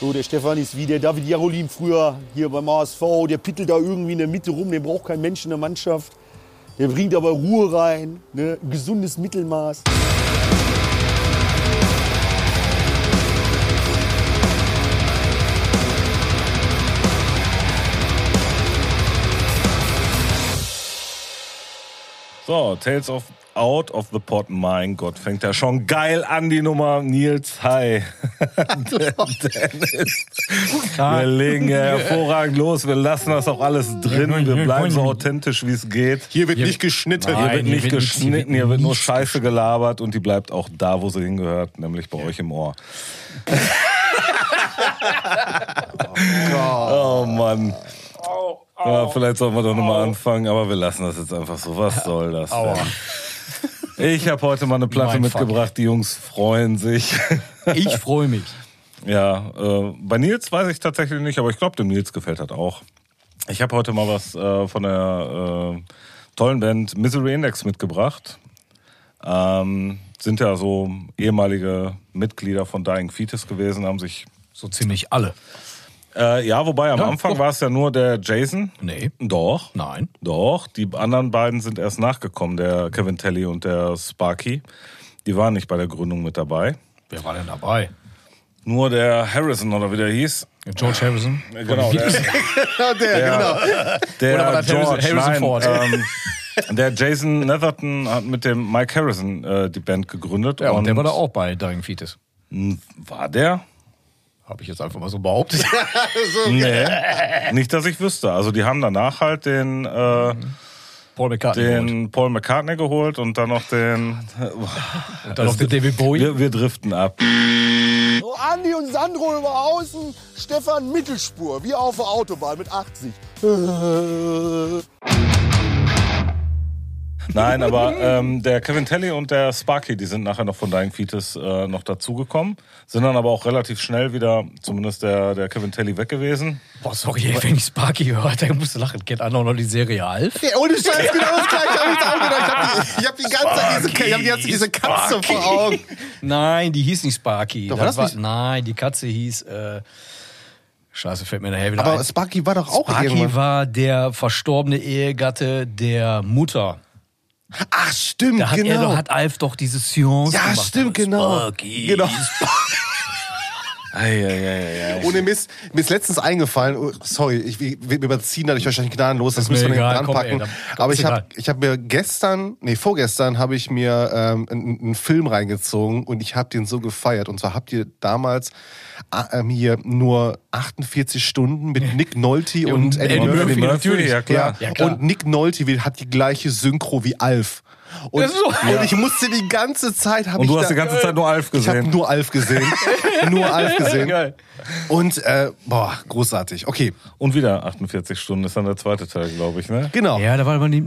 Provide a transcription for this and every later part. So, der Stefan ist wie der David Jarolim früher hier beim ASV. Der pittelt da irgendwie in der Mitte rum, den braucht kein Mensch in der Mannschaft. Der bringt aber Ruhe rein, ne? Ein gesundes Mittelmaß. So, Tales of Out of the Pot. Mein Gott, fängt ja schon geil an, die Nummer. Nils, hi. Dennis. Wir legen ja hervorragend los. Wir lassen das auch alles drin. Wir bleiben so authentisch, wie es geht. Hier wird nicht geschnitten. Hier wird nicht hier wird nicht- hier geschnitten, wird hier wird nur nicht Scheiße gelabert und die bleibt auch da, wo sie hingehört, nämlich bei euch im Ohr. oh Mann. Ja, vielleicht sollten wir doch nochmal anfangen, aber wir lassen das jetzt einfach so. Was soll das? Denn? Ich habe heute mal eine Platte Mindfuck. mitgebracht, die Jungs freuen sich. Ich freue mich. Ja, äh, bei Nils weiß ich tatsächlich nicht, aber ich glaube, dem Nils gefällt das auch. Ich habe heute mal was äh, von der äh, tollen Band Misery Index mitgebracht. Ähm, sind ja so ehemalige Mitglieder von Dying Fetus gewesen, haben sich. So ziemlich alle. Äh, ja, wobei am Ja, Anfang doch. war es ja nur der Jason. Nee. Doch. Nein. Doch, die anderen beiden sind erst nachgekommen, der Kevin Telly und der Sparky. Die waren nicht bei der Gründung mit dabei. Wer war denn dabei? Nur der Harrison oder wie der hieß. George Harrison. Äh, Genau, der, Ja, der, genau. der Oder war das George, Harrison- Harrison nein, Ford? Ähm, der Jason Netherton hat mit dem Mike Harrison äh, die Band gegründet. Ja, und der war da auch bei Dying Fetus. M, War der? Habe ich jetzt einfach mal so behauptet. Nee, nicht, dass ich wüsste. Also die haben danach halt den, äh, Paul McCartney. geholt. den Paul McCartney geholt und dann noch den... Und dann noch der David Bowie. Wir, wir driften ab. So, Andi und Sandro über außen, Stefan Mittelspur, wie auf der Autobahn mit 80. Nein, aber ähm, der Kevin Telly und der Sparky, die sind nachher noch von Dying Fetus äh, noch dazugekommen, sind dann aber auch relativ schnell wieder, zumindest der, der Kevin Telly, weg gewesen. Boah, sorry, ey, wenn ich Sparky höre, der muss lachen. Kennt einer auch noch die Serie Alf? Ja, ohne Scheiß, genau das gleiche habe ich auch gedacht. Ich habe die, ich hab die ganze Zeit diese, ich hab die ganze Zeit diese Katze vor Augen. Nein, die hieß nicht Sparky. Doch, war das nicht- Nein, die Katze hieß. Äh, Scheiße, fällt mir nachher wieder Aber ein. Sparky war doch auch Sparky irgendwann. war der verstorbene Ehegatte der Mutter. Ach, stimmt, Da hat, er genau. doch, hat Alf doch diese Seance Ja, gemacht. stimmt, genau. Sparky. Genau. Ei, ei, ei, ei, ei. Ohne Mist, mir ist letztens eingefallen, oh, sorry, ich, wir wir überziehen dadurch wahrscheinlich gnadenlos, das Ist mir müssen wir nicht egal, komm, anpacken. ey, dann- Aber ist ich habe egal. ich hab mir gestern, nee, vorgestern habe ich mir ähm, einen, einen Film reingezogen und ich habe den so gefeiert. Und zwar habt ihr damals ah, ähm, hier nur 48 Stunden mit Nick Nolte und, Eddie Murphy. Murphy, natürlich. Ja, klar. Ja, klar. Und Nick Nolte wie- hat die gleiche Synchro wie Alf. Und, Das ist so- und ich musste die ganze Zeit... hab Und ich du hast da- die ganze Zeit nur Alf ich habe gesehen. nur Alf gesehen. nur Alf gesehen. Geil. Und, äh, boah, großartig. Okay, Und wieder 48 Stunden ist dann der zweite Teil, glaube ich, ne? genau. Ja, da war immer die.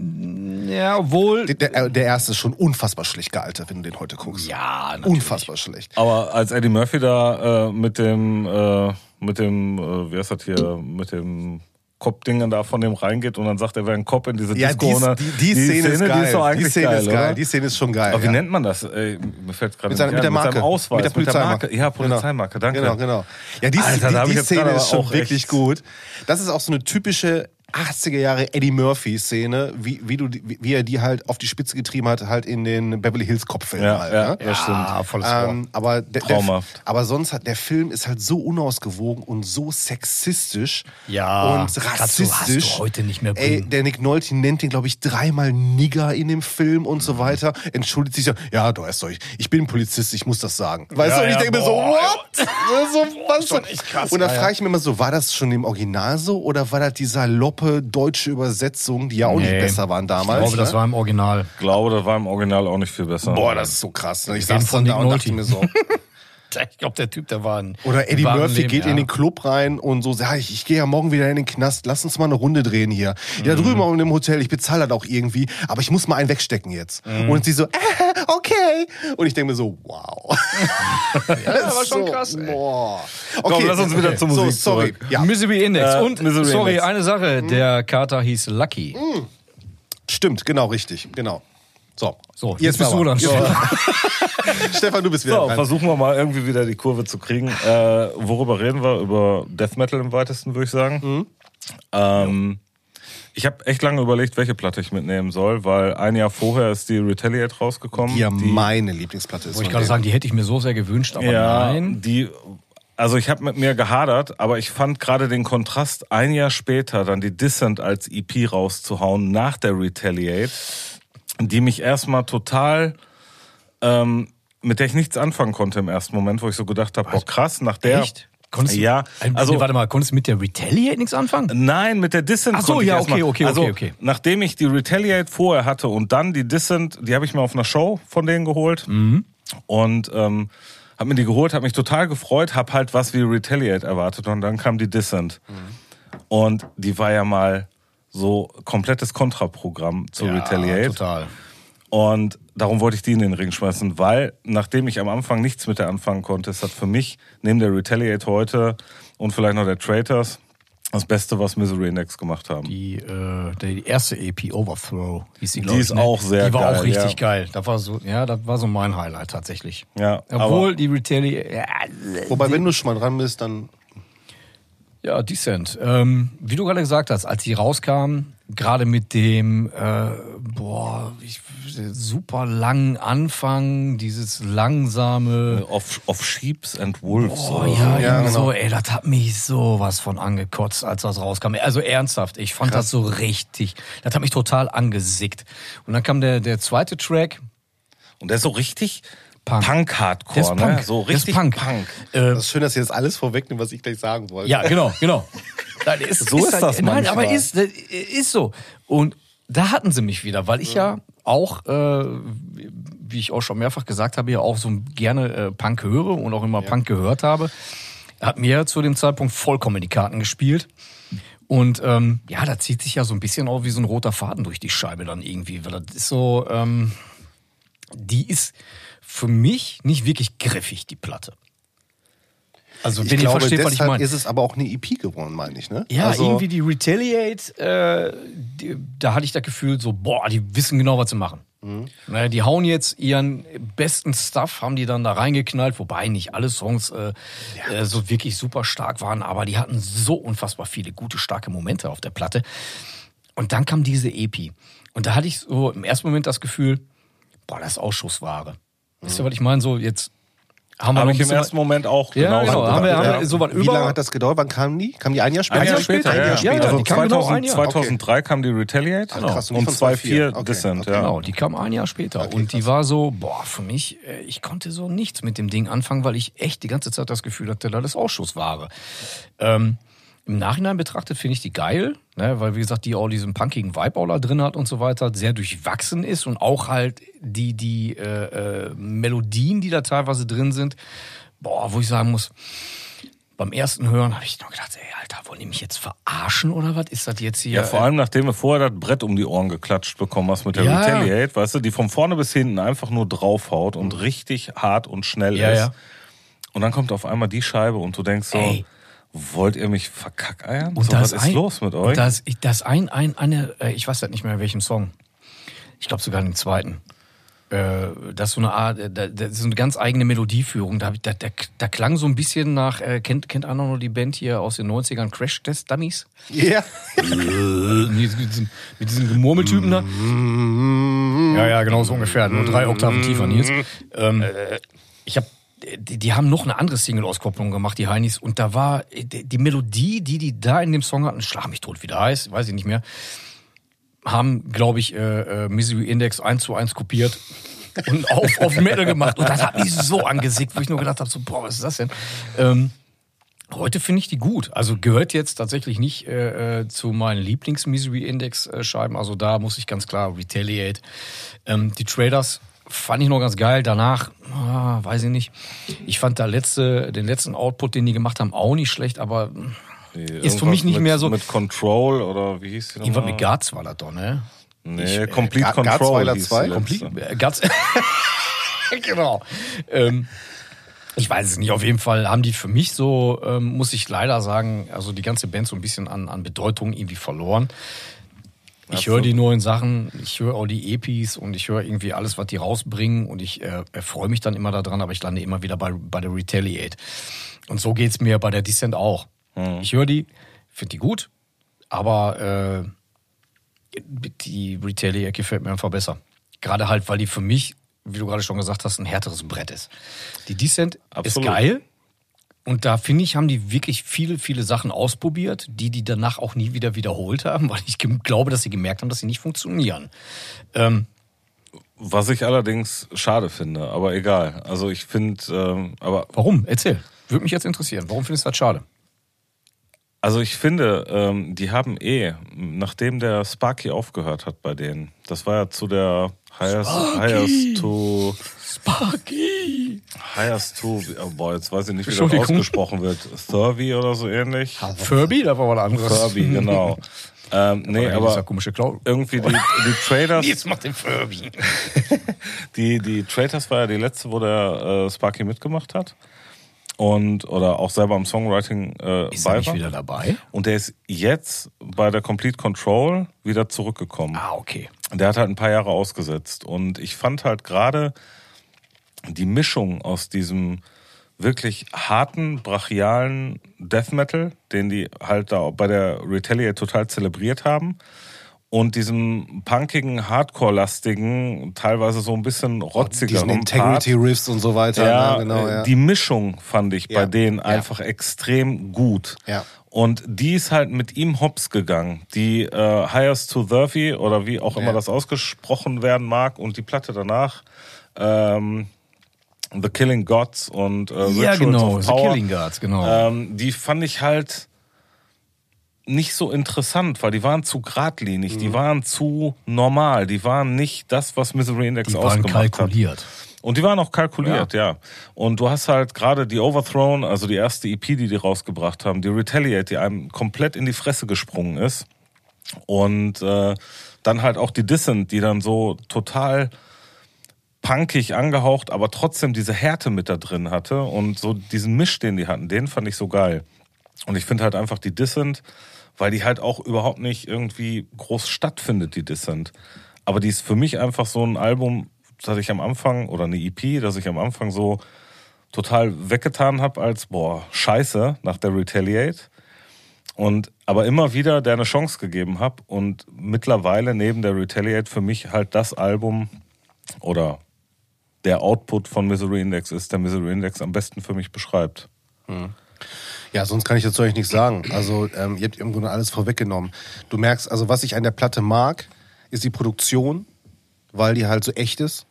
Ja, obwohl. Der- Der, der erste ist schon unfassbar schlecht gealtert, wenn du den heute guckst. Ja, natürlich. Unfassbar schlecht. Aber als Eddie Murphy da äh, mit dem, äh, mit dem, äh, wie heißt das hier, mit dem Kopfdingen da von dem reingeht und dann sagt, er wäre ein Kopf in diese Disco. und dann- die ist doch eigentlich die Szene geil, ist geil. Oder? Die Szene ist schon geil. Aber wie ja. nennt man das? Ey, mir fällt gerade mit, seiner, nicht mit der ein. Marke. mit seinem Ausweis, Mit der Polizeimarke. Ja, Polizeimarke, genau. danke. Genau, genau. Ja, die, Alter, da hab die, ich die jetzt Szene gerade ist aber schon auch wirklich echt- gut. Das ist auch so eine typische 80er Jahre Eddie Murphy Szene, wie, wie, du, die- wie wie er die halt auf die Spitze getrieben hat, halt in den Beverly Hills Kopffilmen. Ja, halt, ja, ne? das stimmt. Ah, volles Rohr. Ähm, aber, der, der, Traumhaft. aber sonst hat der Film ist halt so unausgewogen und so sexistisch Ja, und dazu hast du rassistisch. heute nicht mehr Ey, bringen. der Nick Nolte nennt ihn, glaube ich, dreimal Nigger in dem Film und Mhm. so weiter. Entschuldigt sich, sagt, ja, du hast doch, ich bin Polizist, ich muss das sagen. Weißt Ja, du, und ich ja, denke mir so, boah, what? so, was schon echt krass, und da ja, ja. frage ich mich immer so, war das schon im Original so oder war das die saloppe deutsche Übersetzung, die ja auch nicht Nee. besser waren Ich damals? glaube, das ne? war im Original. Ich glaube, das war im Original auch nicht viel besser. Boah, das ist so krass. Ne? Ich reden saß von dann da Nick und dachte Nolte. mir so, Ich glaube, der Typ, der war ein. Oder im Eddie wahren Murphy Leben, geht ja. in den Club rein und so, ja, ich, ich gehe ja morgen wieder in den Knast, lass uns mal eine Runde drehen hier. Ja, Mhm. drüben auch in dem Hotel, ich bezahle das auch irgendwie, aber ich muss mal einen wegstecken jetzt. Mhm. Und sie so, äh, okay. Und ich denke mir so, wow. Ja, das war schon krass. Boah. Okay, Komm, lass uns wieder zur so, Musik sorry. zurück. Ja, Mhm. Misery Index. Äh, und, Misery sorry, Index. eine Sache. Der Kater hieß Lucky. stimmt, genau, richtig, genau. So. So, jetzt bist du aber. dann. Stefan, du bist wieder So, dran. versuchen wir mal irgendwie wieder die Kurve zu kriegen. Äh, worüber reden wir? Über Death Metal im weitesten, würde ich sagen. Mhm. Ähm, ich habe echt lange überlegt, welche Platte ich mitnehmen soll, weil ein Jahr vorher ist die Retaliate rausgekommen. Ja, die, meine Lieblingsplatte ist. Wollte ich von gerade denen. sagen, die hätte ich mir so sehr gewünscht, aber ja, nein. die. Also ich habe mit mir gehadert, aber ich fand gerade den Kontrast, ein Jahr später dann die Dissent als EP rauszuhauen nach der Retaliate, die mich erstmal total ähm, mit der ich nichts anfangen konnte im ersten Moment, wo ich so gedacht habe, boah krass, nach der Echt? Konntest du- ja, Ein- also nee, warte mal, konntest du mit der Retaliate nichts anfangen? Nein, mit der Dissent. Ach so, konnte ich ja, erst mal- okay, okay, also, okay, okay. Nachdem ich die Retaliate vorher hatte und dann die Dissent, die habe ich mir auf einer Show von denen geholt Mhm. und ähm, habe mir die geholt, habe mich total gefreut, habe halt was wie Retaliate erwartet und dann kam die Dissent. Mhm. Und die war ja mal so komplettes Kontraprogramm zu Äh, Retaliate. total. Und darum wollte ich die in den Ring schmeißen, weil nachdem ich am Anfang nichts mit der anfangen konnte, ist das für mich neben der Retaliate heute und vielleicht noch der Traitors das Beste, was Misery Index gemacht haben. Die, äh, die erste EP Overthrow hieß die, glaub Die ich, ne? ist auch sehr Die war geil, auch richtig ja. geil. Das war so, ja, das war so mein Highlight tatsächlich. Ja, Obwohl aber- die Retaliate. Ja, Wobei, wenn du schon mal dran bist, dann. Ja, decent. Ähm, wie du gerade gesagt hast, als die rauskamen, gerade mit dem äh, boah, ich, super langen Anfang, dieses langsame. Of, of äh, Sheeps and Wolves. Oh oder so. ja, Ja, irgendwie genau. so, ey, das hat mich sowas von angekotzt, als das rauskam. Also ernsthaft, ich fand das so richtig, das hat mich total angesickt. Und dann kam der, der zweite Track, Und der ist so richtig Punk. Punk-Hardcore. der ist Punk. Ne? So der ist richtig Punk. Äh, Das ist schön, dass ihr jetzt alles vorwegnimmt, was ich gleich sagen wollte. Ja, genau, genau. Nein, ist, halt So ist das Nein, manchmal. aber ist, äh, ist so. Und da hatten sie mich wieder, weil ich ja auch, äh, wie ich auch schon mehrfach gesagt habe, ja auch so gerne äh, Punk höre und auch immer Punk gehört habe. Hat mir zu dem Zeitpunkt vollkommen in die Karten gespielt. Und ähm, ja, da zieht sich ja so ein bisschen auch wie so ein roter Faden durch die Scheibe dann irgendwie. Weil das ist so, ähm, die ist für mich nicht wirklich griffig, die Platte. Also, Ich wenn ihr glaube, versteht, was ich deshalb meine. ist es aber auch eine EP geworden, meine ich, ne? Ja, also, irgendwie die Retaliate, äh, die, da hatte ich das Gefühl, so, boah, die wissen genau, was sie machen. Mhm. Naja, die hauen jetzt ihren besten Stuff, haben die dann da reingeknallt, wobei nicht alle Songs äh, äh, so wirklich super stark waren, aber die hatten so unfassbar viele gute, starke Momente auf der Platte. Und dann kam diese Epi. Und da hatte ich so im ersten Moment das Gefühl, boah, das ist Ausschussware. Wisst ihr, was ich meine? So, jetzt haben Habe wir noch Mhm. ich ein im bisschen- ersten Moment auch. Genau, Ja, genau. so Haben wir- gedacht. haben wir so was äh, Wie über- lange hat das gedauert? Wann kam die? Kam die ein Jahr später? Ein Jahr später, Ein ja, Jahr ja. später. Ja, Ah, Also die kam genau 2000, ein Jahr. 2003 kam die Retaliate Ach, krass, und und die von 2004. 2004 Okay, Dissent. okay. Ja. Genau, die kam ein Jahr später. und die war so, boah, für mich, äh, ich konnte so nichts mit dem Ding anfangen, weil ich echt die ganze Zeit das Gefühl hatte, da das Ausschussware. Ähm, Im Nachhinein betrachtet finde ich die geil, ne, weil wie gesagt, die auch diesen punkigen Vibe auch da drin hat und so weiter, sehr durchwachsen ist und auch halt die, die äh, äh, Melodien, die da teilweise drin sind, boah, wo ich sagen muss, beim ersten Hören habe ich nur gedacht, ey, Alter, wollen die mich jetzt verarschen oder was ist das jetzt hier? Ja, vor allem nachdem wir vorher das Brett um die Ohren geklatscht bekommen hast mit der äh, Ja. Retaliate, weißt du, die von vorne bis hinten einfach nur draufhaut und richtig hart und schnell Mhm. Ja, ist. ja. Und dann kommt auf einmal die Scheibe und du denkst so, Ey. wollt ihr mich verkackeiern? Und so, da was ist ein- los mit euch? Und da ist, ich- da ist ein, ein, eine, äh, ich weiß halt nicht mehr welchem Song. Ich glaube sogar in dem zweiten. Äh, Das ist so eine Art, äh, da- das ist so eine ganz eigene Melodieführung. Da, hab ich- da, da, da klang so ein bisschen nach, äh, kennt, kennt einer noch die Band hier aus den 90ern, Crash Test Dummies? Ja. mit diesen, mit diesen Gemurmeltypen da. Ja, ja, genau so ungefähr. Nur drei Oktaven tiefer, Nils. Ähm, ich habe, die, die haben noch eine andere Single-Auskopplung gemacht, die Heinis. Und da war äh, die die Melodie, die die da in dem Song hatten, schlag mich tot, wie der heißt, weiß ich nicht mehr, haben, glaube ich, äh, äh, Misery Index 1 zu 1 kopiert. Und auf, auf Metal gemacht. Und das hat mich so angesickt, wo ich nur gedacht habe: so, boah, was ist das denn? Ähm, Heute finde ich die gut. Also gehört jetzt tatsächlich nicht äh, äh, zu meinen Lieblings-Misery-Index-Scheiben. Also da muss ich ganz klar Retaliate. Ähm, die Traders fand ich noch ganz geil. Danach, ah, weiß ich nicht. Ich fand da letzte, den letzten Output, den die gemacht haben, auch nicht schlecht, aber mh, ist für Irgendwas mich nicht mit, mehr so. Mit Control oder wie hieß die Irgendwas nochmal? mit Guards war das doch, ne? Nee, Complete Ga- Control. Garzweiler hieß die zwei? letzte. Komplett. äh, Ganz. genau. Ähm, ich weiß es nicht. Auf jeden Fall haben die für mich so, ähm, muss ich leider sagen, also die ganze Band so ein bisschen an, an Bedeutung irgendwie verloren. Ich höre die neuen Sachen, ich höre auch die EPs und ich höre irgendwie alles, was die rausbringen und ich äh, freue mich dann immer daran, aber ich lande immer wieder bei, bei der Retaliate. Und so geht's mir bei der Descent auch. Ich höre die, finde die gut, aber äh, die Retaliate gefällt mir einfach besser. Gerade halt, weil die für mich, wie du gerade schon gesagt hast, ein härteres Brett ist. Die Descent Absolut. ist geil. Und da finde ich, haben die wirklich viele, viele Sachen ausprobiert, die die danach auch nie wieder wiederholt haben, weil ich gem- glaube, dass sie gemerkt haben, dass sie nicht funktionieren. Ähm, Was ich allerdings schade finde, aber egal. Also ich finde, ähm, aber warum? Erzähl. Würde mich jetzt interessieren. Warum findest du das schade? also ich finde, ähm, die haben eh, nachdem der Sparky aufgehört hat bei denen, das war ja zu der Highest, Highest to Sparky! Highest to, oh boah, jetzt weiß ich nicht, wie das Entschuldigung. ausgesprochen wird. Thurvy oder so ähnlich. Also, Furby, da war was anderes. Thurvy, genau. Ähm, nee, Ja, dieser aber komische Clown. irgendwie die, die Traders. Jetzt macht den Furby. Die, die Traitors war ja die letzte, wo der äh, Sparky mitgemacht hat. Und, oder auch selber am Songwriting äh, Ist er bei nicht war. wieder dabei? Und der ist jetzt bei der Complete Control wieder zurückgekommen. Ah, okay. Der hat halt ein paar Jahre ausgesetzt. Und ich fand halt gerade die Mischung aus diesem wirklich harten, brachialen Death Metal, den die halt da bei der Retaliate total zelebriert haben, und diesem punkigen, hardcore-lastigen, teilweise so ein bisschen rotzigeren Diesen Integrity-Riffs und so weiter. ja, ne? genau, äh, ja. Die Mischung fand ich bei Ja. denen einfach extrem gut. Ja. Und die ist halt mit ihm hops gegangen. Die äh, Hires to Thurvy oder wie auch immer das ausgesprochen werden mag und die Platte danach ähm, The Killing Gods und äh, Ja, Rituals genau. of The Power, Killing Guards, genau. Ähm, die fand ich halt nicht so interessant, weil die waren zu geradlinig, Mhm. die waren zu normal, die waren nicht das, was Misery Index Die waren ausgemacht hat. kalkuliert. Und die waren auch kalkuliert, ja. Und du hast halt gerade die Overthrown, also die erste EP, die die rausgebracht haben, die Retaliate, die einem komplett in die Fresse gesprungen ist. Und äh, dann halt auch die Dissent, die dann so total punkig angehaucht, aber trotzdem diese Härte mit da drin hatte. Und so diesen Misch, den die hatten, den fand ich so geil. Und ich finde halt einfach die Dissent, weil die halt auch überhaupt nicht irgendwie groß stattfindet, die Dissent. Aber die ist für mich einfach so ein Album, das ich am Anfang, oder eine EP, das ich am Anfang so total weggetan habe als, boah, scheiße, nach der Retaliate. Und aber immer wieder der eine Chance gegeben habe und mittlerweile neben der Retaliate für mich halt das Album oder der Output von Misery Index ist, der Misery Index am besten für mich beschreibt. Ja, sonst kann ich dazu eigentlich nichts sagen. Also, ähm, ihr habt im Grunde alles vorweggenommen. Du merkst, also, was ich an der Platte mag, ist die Produktion, weil die halt so echt ist.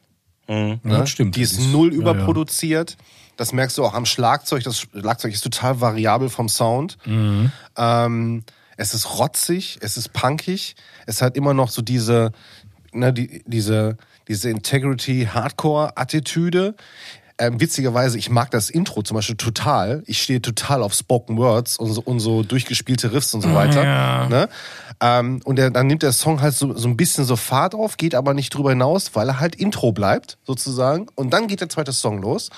Ja, das stimmt. Ne? Die ist Das null ja, ja. überproduziert. Das merkst du auch am Schlagzeug. Das Schlagzeug ist total variabel vom Sound. Mhm. Ähm, es ist rotzig, es ist punkig. Es hat immer noch so diese, ne, die, diese, diese Integrity-Hardcore-Attitüde. Ähm, witzigerweise, ich mag das Intro zum Beispiel total. Ich stehe total auf Spoken Words und so, und so durchgespielte Riffs Mhm, und so weiter. Ne? Ähm, und der, dann nimmt der Song halt so, so ein bisschen so Fahrt auf, geht aber nicht drüber hinaus, weil er halt Intro bleibt, sozusagen. Und dann geht der zweite Song los.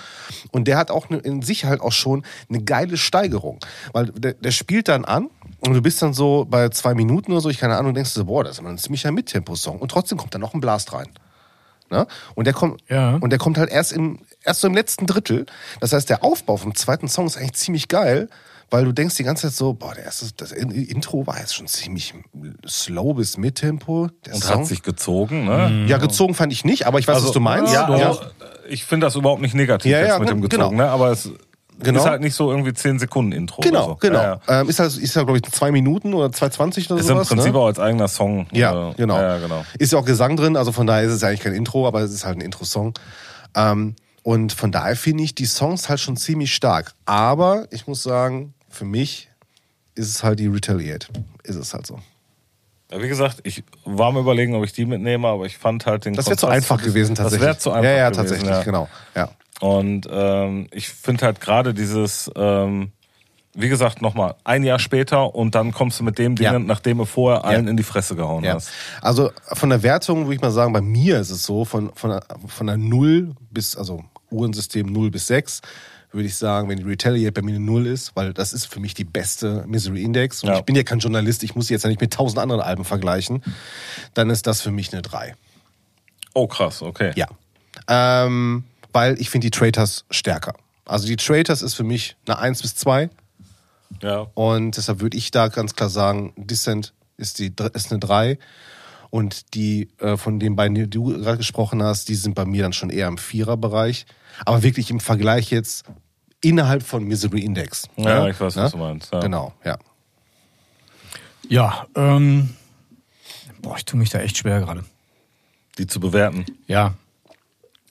Und der hat auch ne, in sich halt auch schon eine geile Steigerung. Weil der, der spielt dann an und du bist dann so bei zwei Minuten oder so, ich keine Ahnung, denkst du so, boah, das ist aber ein ziemlicher Mittempo-Song. Und trotzdem kommt dann noch ein Blast rein. Ne? Und, der kommt, Ja. und der kommt halt erst, im, erst so im letzten Drittel. Das heißt, der Aufbau vom zweiten Song ist eigentlich ziemlich geil, weil du denkst die ganze Zeit so, boah, der erste, das In- Intro war jetzt schon ziemlich slow bis Mittempo. Der Und Song, hat sich gezogen, ne? ja, gezogen fand ich nicht, aber ich weiß, was du meinst. Ja, Also, ja. also, Ich finde das überhaupt nicht negativ Ja, ja, jetzt mit dem ne, gezogen, genau. ne? Aber es Genau. ist halt nicht so irgendwie 10 Sekunden Intro. Genau, oder so. genau. Also, Ja, ja. Ähm, ist halt, ist halt glaube ich, zwei Minuten oder 2,20 oder Ist im sowas. Prinzip ne? auch als eigener Song. Ja, äh, genau. Ja, genau. Ist ja auch Gesang drin, also von daher ist es ja eigentlich kein Intro, aber es ist halt ein Intro-Song. Ähm, und von daher finde ich die Songs halt schon ziemlich stark. Aber ich muss sagen, für mich ist es halt die Retaliate. Ist es halt so. Ja, Wie gesagt, ich war mir überlegen, ob ich die mitnehme, aber ich fand halt den Das wäre zu Kontrast- einfach gewesen tatsächlich. Das wäre zu einfach Ja, ja, gewesen, tatsächlich, ja. genau. Ja. Und ähm, ich finde halt gerade dieses, ähm, wie gesagt, nochmal, ein Jahr später und dann kommst du mit dem Ding, Ja. nachdem du vorher allen in die Fresse gehauen Ja. hast. Also von der Wertung würde ich mal sagen, bei mir ist es so, von, von, der, von der 0 bis, also Uhrensystem 0 bis 6, würde ich sagen, wenn die Retaliate bei mir eine Null ist, weil das ist für mich die beste Misery Index. Und Ja. ich bin ja kein Journalist, ich muss sie jetzt ja nicht mit tausend anderen Alben vergleichen. Dann ist das für mich eine 3. Oh, krass, okay. Ja. Ähm, weil ich finde die Traitors stärker. Also die Traitors ist für mich eine 1 bis 2 Ja. und deshalb würde ich da ganz klar sagen, Descent ist, die, dr- ist eine 3 und die äh, von den beiden, die du gerade gesprochen hast, die sind bei mir dann schon eher im Vierer-Bereich. Aber wirklich im Vergleich jetzt innerhalb von Misery Index. ne? Ja, ich weiß, was du meinst, ja. Genau, ja. Ja, ähm. Boah, ich tue mich da echt schwer gerade. Die zu bewerten. Ja.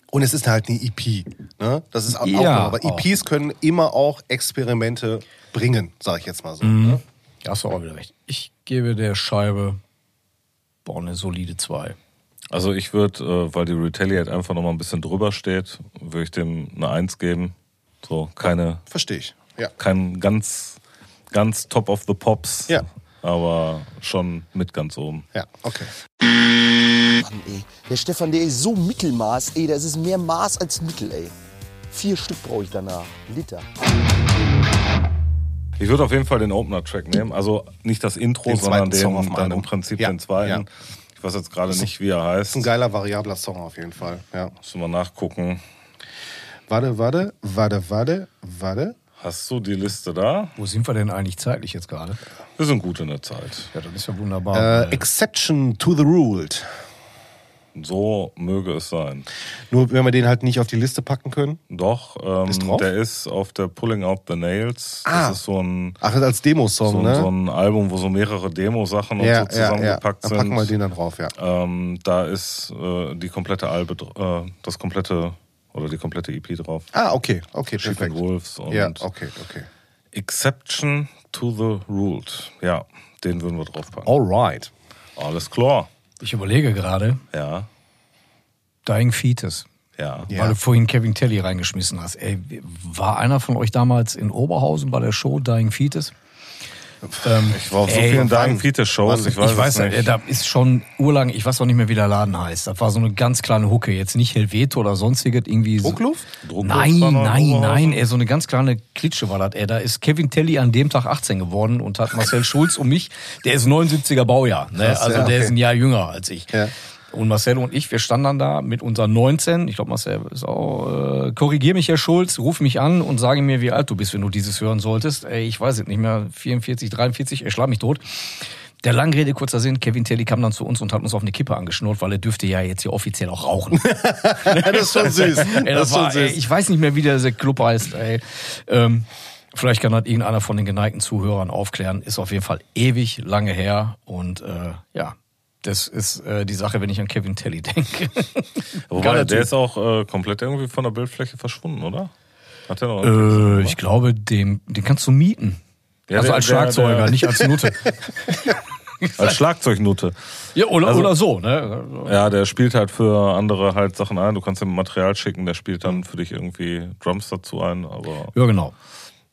Und es ist halt eine EP. Ne? Das ist auch, Ja, auch noch, aber auch. EPs können immer auch Experimente bringen, sage ich jetzt mal so. Mhm. Ne? Da hast du auch wieder recht. Ich gebe der Scheibe boah, eine solide 2. Also ich würde, äh, weil die Retaliate einfach nochmal ein bisschen drüber steht, würde ich dem eine 1 geben. So, keine, Verstehe ich. Ja. kein ganz, ganz top of the pops. Ja. Aber schon mit ganz oben. Ja, okay. Mann, ey. Der Stefan, der ist so Mittelmaß, ey. Das ist mehr Maß als Mittel, ey. Vier Stück brauche ich danach. Liter. Ich würde auf jeden Fall den Opener-Track nehmen. Also nicht das Intro, Den sondern zweiten Song auf den, dem dann Album. im Prinzip Ja, den zweiten. ja. Ich weiß jetzt gerade nicht, wie er heißt. Ist ein geiler, variabler Song auf jeden Fall. Ja. Müssen wir nachgucken. Warte, warte, warte, warte, warte. Hast du die Liste da? Wo sind wir denn eigentlich zeitlich jetzt gerade? Wir sind gut in der Zeit. Ja, das ist ja wunderbar. Äh, Weil- Exception to the Ruled. So möge es sein. Nur wenn wir den halt nicht auf die Liste packen können. Doch, ähm, Ist drauf? der ist auf der Pulling Out the Nails. Ah. Das ist so ein, Ach, das ist als Demosong, so, ein- ne? so ein Album, wo so mehrere Demo-Sachen und so zusammengepackt Dann packen wir sind. den dann drauf, ja. Ähm, da ist äh, die komplette Albe, dr- äh, das komplette oder die komplette EP drauf. Ah, okay, okay, perfekt. Chicken Wolves und Ja, okay, okay. Exception to the Ruled. Ja, den würden wir draufpacken. Alright. Alles klar. ich überlege gerade, Ja, Dying Fetus. ja. Ja. Weil du vorhin Kevin Kelly reingeschmissen hast. Ey, war einer von euch damals in Oberhausen bei der Show Dying Fetus? Ähm, Ich war auf so Ey, vielen wann? Dying Fetus Shows, Wann? ich weiß, ich weiß, es nicht. äh, da ist schon urlang, ich weiß auch nicht mehr, wie der Laden heißt. Das war so eine ganz kleine Hucke, jetzt nicht Helveto oder sonstiges. Irgendwie so. Druckluft? Druckluft nein, war noch in nein, Oberhausen? nein, ey, so eine ganz kleine Klitsche war das. Ey, da ist Kevin Telly an dem Tag 18 geworden und hat Marcel Schulz und mich, der ist 79er Baujahr, ne? Krass, also ja, der okay. ist ein Jahr jünger als ich. Ja. Und Marcel und ich, wir standen dann da mit unseren 19. Ich glaube, Marcel ist auch, äh, korrigier mich, Herr Schulz, ruf mich an und sage mir, wie alt du bist, wenn du dieses hören solltest. Ey, ich weiß es nicht mehr, 44, 43, er schlag mich tot. Der langen Rede, kurzer Sinn, Kevin Telly kam dann zu uns und hat uns auf eine Kippe angeschnurrt, weil er dürfte ja jetzt hier offiziell auch rauchen. Ja, das ist schon süß. Ey, das, ist schon war, ey, ich weiß nicht mehr, wie der Club heißt. Ey. Ähm, vielleicht kann das irgendeiner von den geneigten Zuhörern aufklären. Ist auf jeden Fall ewig lange her. Und äh, ja, das ist äh, die Sache, wenn ich an Kevin Telly denke. Wobei, Geiler der Typ. ist auch äh, komplett irgendwie von der Bildfläche verschwunden, oder? Hat er noch äh, ich glaube, dem, den kannst du mieten. Ja, also der- als der- Schlagzeuger, der- nicht als Nutte. als Schlagzeugnote. ja, oder, Also- oder so. Ne? Ja, der spielt halt für andere halt Sachen ein. Du kannst ihm Material schicken, der spielt Hm. dann für dich irgendwie Drums dazu ein. Aber Ja, genau.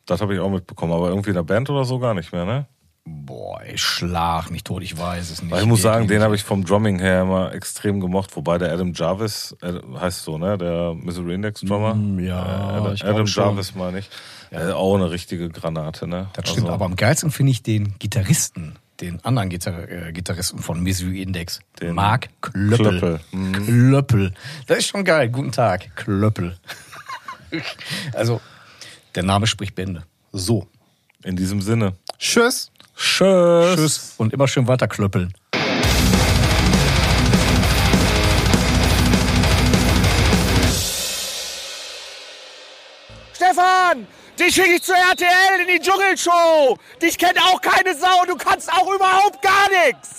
das habe ich auch mitbekommen. Aber irgendwie in der Band oder so gar nicht mehr, ne? Boah, ey, schlag mich tot, ich weiß es nicht. Weil ich muss sagen, den Wirklich. habe ich vom Drumming her immer extrem gemocht. Wobei der Adam Jarvis, äh, heißt so, ne? Der Misery Index Drummer. Mm, Äh, ja, Adam, ich glaube Adam schon. Jarvis meine ich. Äh, auch eine richtige Granate, ne? Das stimmt, Also- aber am geilsten finde ich den Gitarristen, den anderen Gitar äh, Gitarristen von Misery Index, Den Mark Klöppel. Klöppel, hm. Klöppel. Klöppel. Das ist schon geil. Guten Tag, Klöppel. also, der Name spricht Bände. So. In diesem Sinne. Tschüss. Tschüss. Tschüss und immer schön weiter klöppeln. Stefan, dich schicke ich zur RTL in die Dschungelshow. Dich kennt auch keine Sau, du kannst auch überhaupt gar nichts.